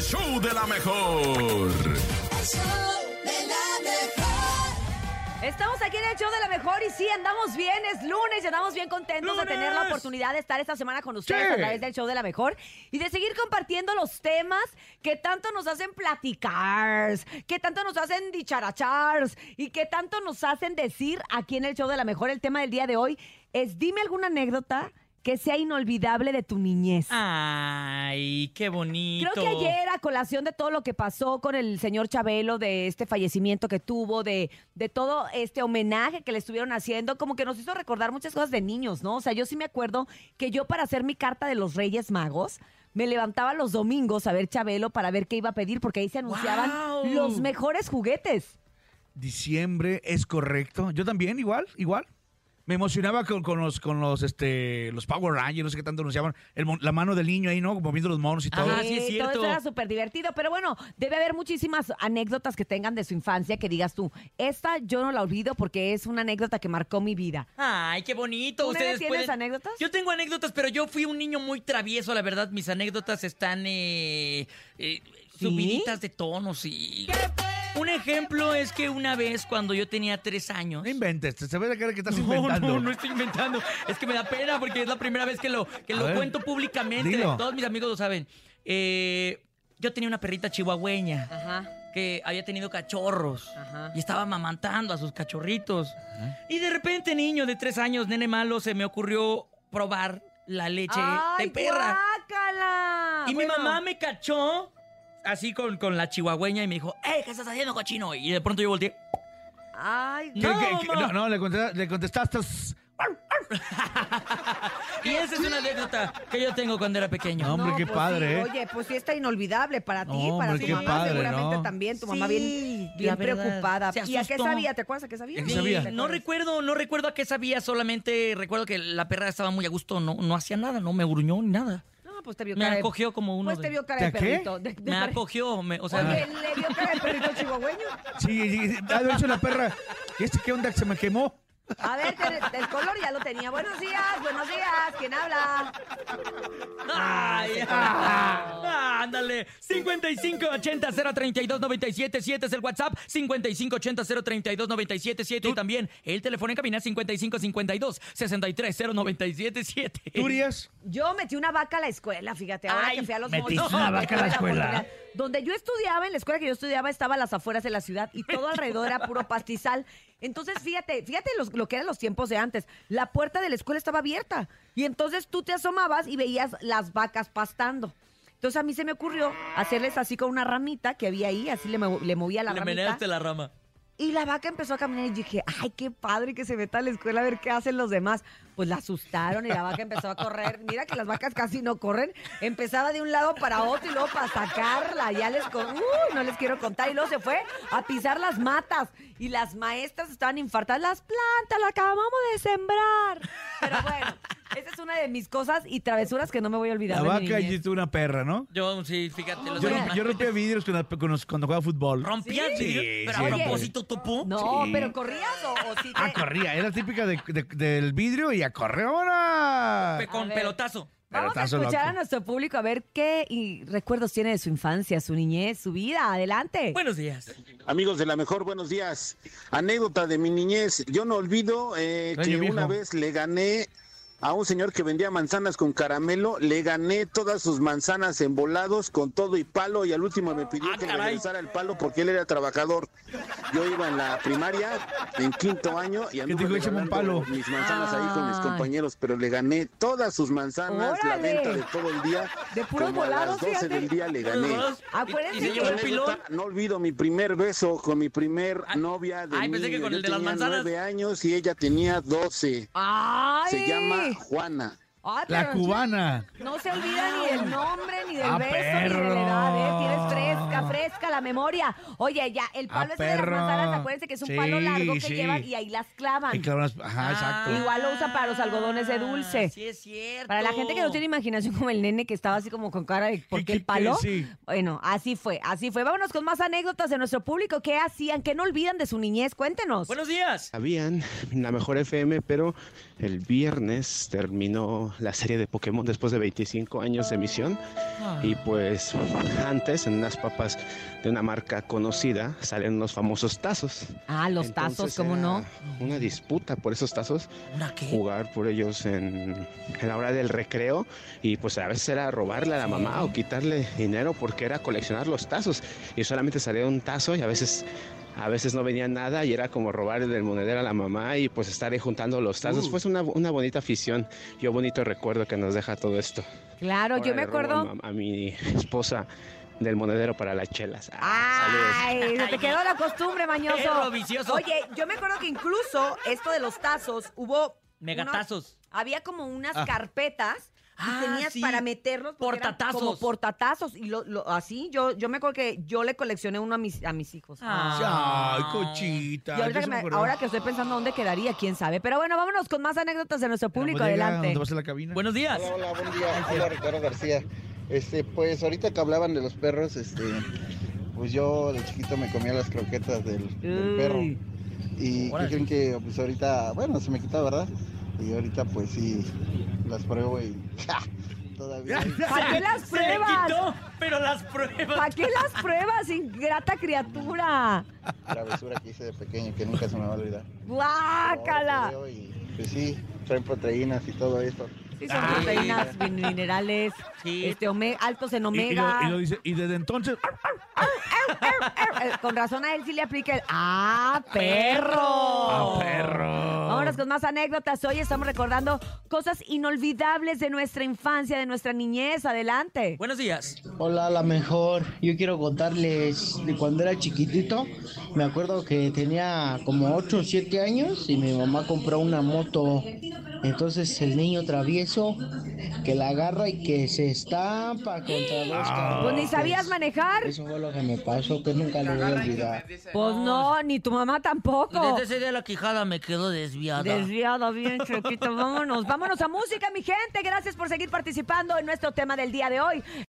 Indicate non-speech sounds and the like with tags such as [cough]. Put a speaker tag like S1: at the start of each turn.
S1: show de la mejor.
S2: El show de la mejor.
S3: Estamos aquí en el show de la mejor y sí, andamos bien, es lunes y andamos bien contentos de tener la
S4: ¡Lunes!
S3: oportunidad de estar esta semana con ustedes
S4: Sí.
S3: a través del show de la mejor y de seguir compartiendo los temas que tanto nos hacen platicar, que tanto nos hacen dicharachar y que tanto nos hacen decir aquí en el show de la mejor. El tema del día de hoy es dime alguna anécdota que sea inolvidable de tu niñez.
S4: Ay, qué bonito.
S3: Creo que ayer, a colación de todo lo que pasó con el señor Chabelo, de este fallecimiento que tuvo, de, de todo este homenaje que le estuvieron haciendo, como que nos hizo recordar muchas cosas de niños, ¿no? O sea, yo sí me acuerdo que yo para hacer mi carta de los Reyes Magos, me levantaba los domingos a ver Chabelo para ver qué iba a pedir, porque ahí se anunciaban
S4: ¡Guau!
S3: los mejores juguetes.
S5: Diciembre es correcto. Yo también, igual, igual. Me emocionaba con, con los con los este los Power Rangers, no sé qué tanto anunciaban. El mon- la mano del niño ahí, ¿no? Como viendo los monos y todo.
S4: Ajá, sí es cierto.
S3: Todo eso era súper divertido, pero bueno, debe haber muchísimas anécdotas que tengan de su infancia que digas tú, esta yo no la olvido porque es una anécdota que marcó mi vida.
S4: Ay, qué bonito.
S3: ¿Tú, Nene,
S4: Ustedes
S3: tienes
S4: pueden-
S3: anécdotas?
S4: Yo tengo anécdotas, pero yo fui un niño muy travieso, la verdad. Mis anécdotas están eh, eh, subiditas de tonos y. Un ejemplo es que una vez cuando yo tenía tres años. [laughs]
S5: No inventes, te se ve la cara que estás
S4: No,
S5: inventando.
S4: No, no estoy inventando. Es que me da pena porque es la primera vez que lo, que
S5: A
S4: lo
S5: ver,
S4: cuento públicamente.
S5: dilo.
S4: Todos mis amigos lo saben. Eh, yo tenía una perrita chihuahueña
S3: Ajá.
S4: que había tenido cachorros
S3: Ajá.
S4: y estaba mamantando a sus cachorritos. Y de repente, niño de tres años, nene malo, se me ocurrió probar la leche de perra.
S3: guácala!
S4: Y
S3: Bueno,
S4: mi mamá me cachó así con, con la chihuahueña y me dijo, ¡Ey, qué estás haciendo, cochino! Y de pronto yo volteé.
S3: Ay,
S5: ¿Qué-
S3: no.
S4: No,
S5: qué- qué-
S4: mamá.
S5: no, no, le, contestaste, le contestaste.
S4: Y esa es una anécdota que yo tengo cuando era pequeño.
S5: No, hombre, qué
S3: pues sí,
S5: padre, ¿eh?
S3: Oye, pues sí está inolvidable para ti,
S5: No,
S3: para
S5: hombre,
S3: tu
S5: qué
S3: mamá
S5: padre,
S3: seguramente
S5: ¿no?
S3: también. Tu mamá
S4: Sí,
S3: bien, bien
S4: la verdad,
S3: preocupada.
S4: se
S3: ¿Y a qué
S4: asustó.
S3: sabía? ¿Te acuerdas a qué sabía?
S5: ¿Qué sabía?
S3: ¿Te
S4: No
S3: acuerdas?
S4: recuerdo, no recuerdo a qué sabía, solamente recuerdo que la perra estaba muy a gusto, no, no hacía nada, no me gruñó ni nada.
S3: No, pues te vio
S4: Me
S3: cara de-
S4: acogió como uno
S3: Pues
S4: de-
S3: te vio cara de
S5: ¿De qué?
S3: perrito. de- de
S4: Me
S3: perri-
S4: acogió, me- o sea,
S3: Oye, ¿le vio cara de perrito chihuahueño?
S5: Sí, sí, sí, ha de hecho la perra. ¿Y este qué onda que se me quemó?
S3: A ver, te- el color ya lo tenía. Buenos días, buenos días. ¿Quién habla?
S4: ¡Ay! ah, ¡Ándale! 5580-032-977 es el WhatsApp. 5580-032-977 y también el teléfono en cabina 5552-630977. [laughs]
S5: ¿Turias?
S3: Yo metí una vaca a la escuela, fíjate, ahora
S4: Ay,
S3: que fui a los
S5: metiste
S3: monos,
S5: una
S3: no,
S5: vaca a la
S3: tuve
S5: escuela.
S3: oportunidad. Donde yo estudiaba, en la escuela que yo estudiaba, estaba a las afueras de la ciudad y todo alrededor era puro pastizal. Entonces, fíjate, fíjate los- lo que eran los tiempos de antes. La puerta de la escuela estaba abierta y entonces tú te asomabas y veías las vacas pastando. Entonces a mí se me ocurrió hacerles así con una ramita que había ahí, así le, mo- le movía la
S4: Le
S3: ramita.
S4: meneaste la rama.
S3: Y la vaca empezó a caminar y yo dije, ay, qué padre que se meta a la escuela a ver qué hacen los demás. Pues la asustaron y la vaca empezó a correr. Mira que las vacas casi no corren. Empezaba de un lado para otro y luego para sacarla. Ya les... co- Uy, no les quiero contar. Y luego se fue a pisar las matas. Y las maestras estaban infartadas. Las plantas, las acabamos de sembrar. Pero bueno, esa es una de mis cosas y travesuras que no me voy a olvidar.
S5: La
S3: de mi
S5: vaca
S3: niñez.
S5: y tú una perra, ¿no?
S4: Yo, sí, fíjate. Los
S5: Yo,
S3: Oye.
S5: yo rompía vidrios con la- con los- cuando jugaba fútbol.
S4: rompías
S5: Sí,
S4: vidrio,
S5: sí,
S4: pero
S5: sí.
S4: a propósito, topo.
S3: No,
S5: Sí.
S3: pero corrías o, o sí te...
S5: Ah, corría. Era típica de- de- del vidrio y a correr ahora.
S4: Pe- Con
S3: ver.
S4: pelotazo.
S3: Vamos a
S5: Pelotazo
S3: escuchar
S5: loco.
S3: a nuestro público a ver qué y- recuerdos tiene de su infancia, su niñez, su vida. Adelante.
S4: Buenos días.
S6: Amigos de la mejor, buenos días. Anécdota de mi niñez. Yo no olvido eh,
S5: Año
S6: que
S5: viejo.
S6: una vez le gané a un señor que vendía manzanas con caramelo, le gané todas sus manzanas envolados con todo y palo y al último me pidió
S4: Ah,
S6: que le
S4: caray.
S6: regresara el palo porque él era trabajador. Yo iba en la primaria, en quinto año, y anduve
S5: dijo? Échame un
S6: regalando
S5: palo. Ah.
S6: mis manzanas ahí con mis
S3: Ay.
S6: compañeros, pero le gané todas sus manzanas, la
S3: Órale.
S6: venta de todo el día,
S3: De puros
S6: como a
S3: volados,
S6: las 12
S3: fíjate.
S6: del día le gané.
S3: Acuérdense
S4: ¿Y se
S3: que-
S4: llevó el pilón?
S6: Anécdota, No olvido mi primer beso con mi primer
S4: Ay,
S6: novia de
S4: ay, pensé que
S6: niño.
S4: con
S6: Yo
S4: el de las
S6: tenía
S4: manzanas.
S6: nueve años y ella tenía 12.
S3: ¡Ay!
S6: Se llama Juana.
S3: Ay,
S5: La
S3: pero
S5: cubana.
S3: No se olvida ni del nombre, ni del
S5: Ah,
S3: beso, ni de la edad. ¿eh? Tienes
S5: perro.
S3: fresca, fresca la memoria. Oye, ya, el palo
S5: Ah,
S3: ese de las
S5: perro.
S3: manzanas, acuérdense que es un
S5: Sí,
S3: palo largo que
S5: sí.
S3: llevan y ahí las clavan.
S5: Y claro, las- ajá,
S3: Ah.
S5: exacto.
S3: Igual lo usan para los algodones de dulce.
S4: Ah, Sí, es cierto.
S3: Para la gente que no tiene imaginación como el nene que estaba así como con cara de ¿por
S5: ¿Qué-
S3: qué
S5: qué-
S3: el palo?
S5: qué? Sí.
S3: Bueno, así fue, así fue. Vámonos con más anécdotas de nuestro público. ¿Qué hacían? ¿Qué no olvidan de su niñez? Cuéntenos.
S4: Buenos días.
S7: Habían [laughs] la mejor FM, pero el viernes terminó la serie de Pokémon después de 25 años de emisión.
S3: Ah.
S7: Y pues antes, en unas papas de una marca conocida, salen los famosos tazos.
S3: ah, los
S7: Entonces,
S3: tazos, ¿cómo
S7: era
S3: no?
S7: Una disputa por esos tazos,
S4: ¿Una qué?
S7: jugar por ellos en, en la hora del recreo y pues a veces era robarle a la mamá o quitarle dinero porque era coleccionar los tazos y solamente salía un tazo y a veces... A veces no venía nada y era como robar del monedero a la mamá y pues estar ahí juntando los tazos.
S5: Uh.
S7: Fue una, una bonita afición y un bonito recuerdo que nos deja todo esto.
S3: Claro,
S7: Ahora
S3: yo me
S7: le robo a
S3: acuerdo.
S7: mam- A, mi esposa del monedero para las chelas. Ah, saludos.
S3: Ay, se te quedó la costumbre, mañoso.
S4: Perro vicioso.
S3: Oye, yo me acuerdo que incluso esto de los tazos hubo unos-
S4: Megatazos.
S3: había como unas
S5: Ah.
S3: carpetas y
S4: Ah,
S3: tenías
S4: sí.
S3: para meterlos porque eran
S4: Portatazos.
S3: como portatazos y lo, lo- así yo yo me acuerdo que yo le coleccioné uno a mis a mis hijos.
S5: Ah. Ay, cochita.
S3: Y ahorita
S5: ya
S3: que
S5: se
S3: me-
S5: me acordó.
S3: ahora que estoy pensando dónde quedaría, quién sabe. Pero bueno, vámonos con más anécdotas de nuestro
S5: En la
S3: público.
S5: bodega,
S3: Adelante.
S5: donde vas a la cabina.
S4: Buenos días.
S8: Hola, hola, buen día. Hola, Ricardo García. Este, pues ahorita que hablaban de los perros, este, pues yo de chiquito me comía las croquetas del, del
S3: Uy.
S8: perro. Y ¿qué
S4: Órale.
S8: creen que pues ahorita, bueno, se me quita, ¿verdad? Y ahorita pues sí, las pruebo y ¡ja! todavía. hay- [laughs]
S5: [laughs]
S3: ¿Para qué las
S4: Se le
S3: pruebas?
S4: quitó, pero las pruebas.
S3: ¿Para qué las pruebas, ingrata criatura?
S8: travesura que hice de pequeño que nunca se me va a olvidar.
S3: ¡Guácala!
S8: Ahora que veo y, Pues sí, traen proteínas y todo eso.
S3: Sí, son
S4: Ay.
S3: proteínas, min- minerales,
S4: Sí.
S3: este, ome- altos en
S5: Y- y lo-
S3: omega.
S5: y lo dice, y desde entonces.
S3: Eh, Con razón a él sí le aplica el ¡Ah, perro!
S5: ¡Ah, perro!
S3: Vámonos con más anécdotas. Hoy estamos recordando cosas inolvidables de nuestra infancia, de nuestra niñez. Adelante.
S4: Buenos días.
S9: Hola, la mejor. Yo quiero contarles de cuando era chiquitito. Me acuerdo que tenía como 8 o 7 años y mi mamá compró una moto. Entonces el niño travieso que la agarra y que se estampa contra dos carros.
S3: Pues ni sabías manejar.
S9: Eso fue lo que me pasó, que nunca lo voy a olvidar.
S3: Pues no, ni tu mamá tampoco.
S4: Desde ese día la quijada me quedó desviada.
S3: Desviado, bien chiquito. Vámonos, vámonos a música, mi gente. Gracias por seguir participando en nuestro tema del día de hoy.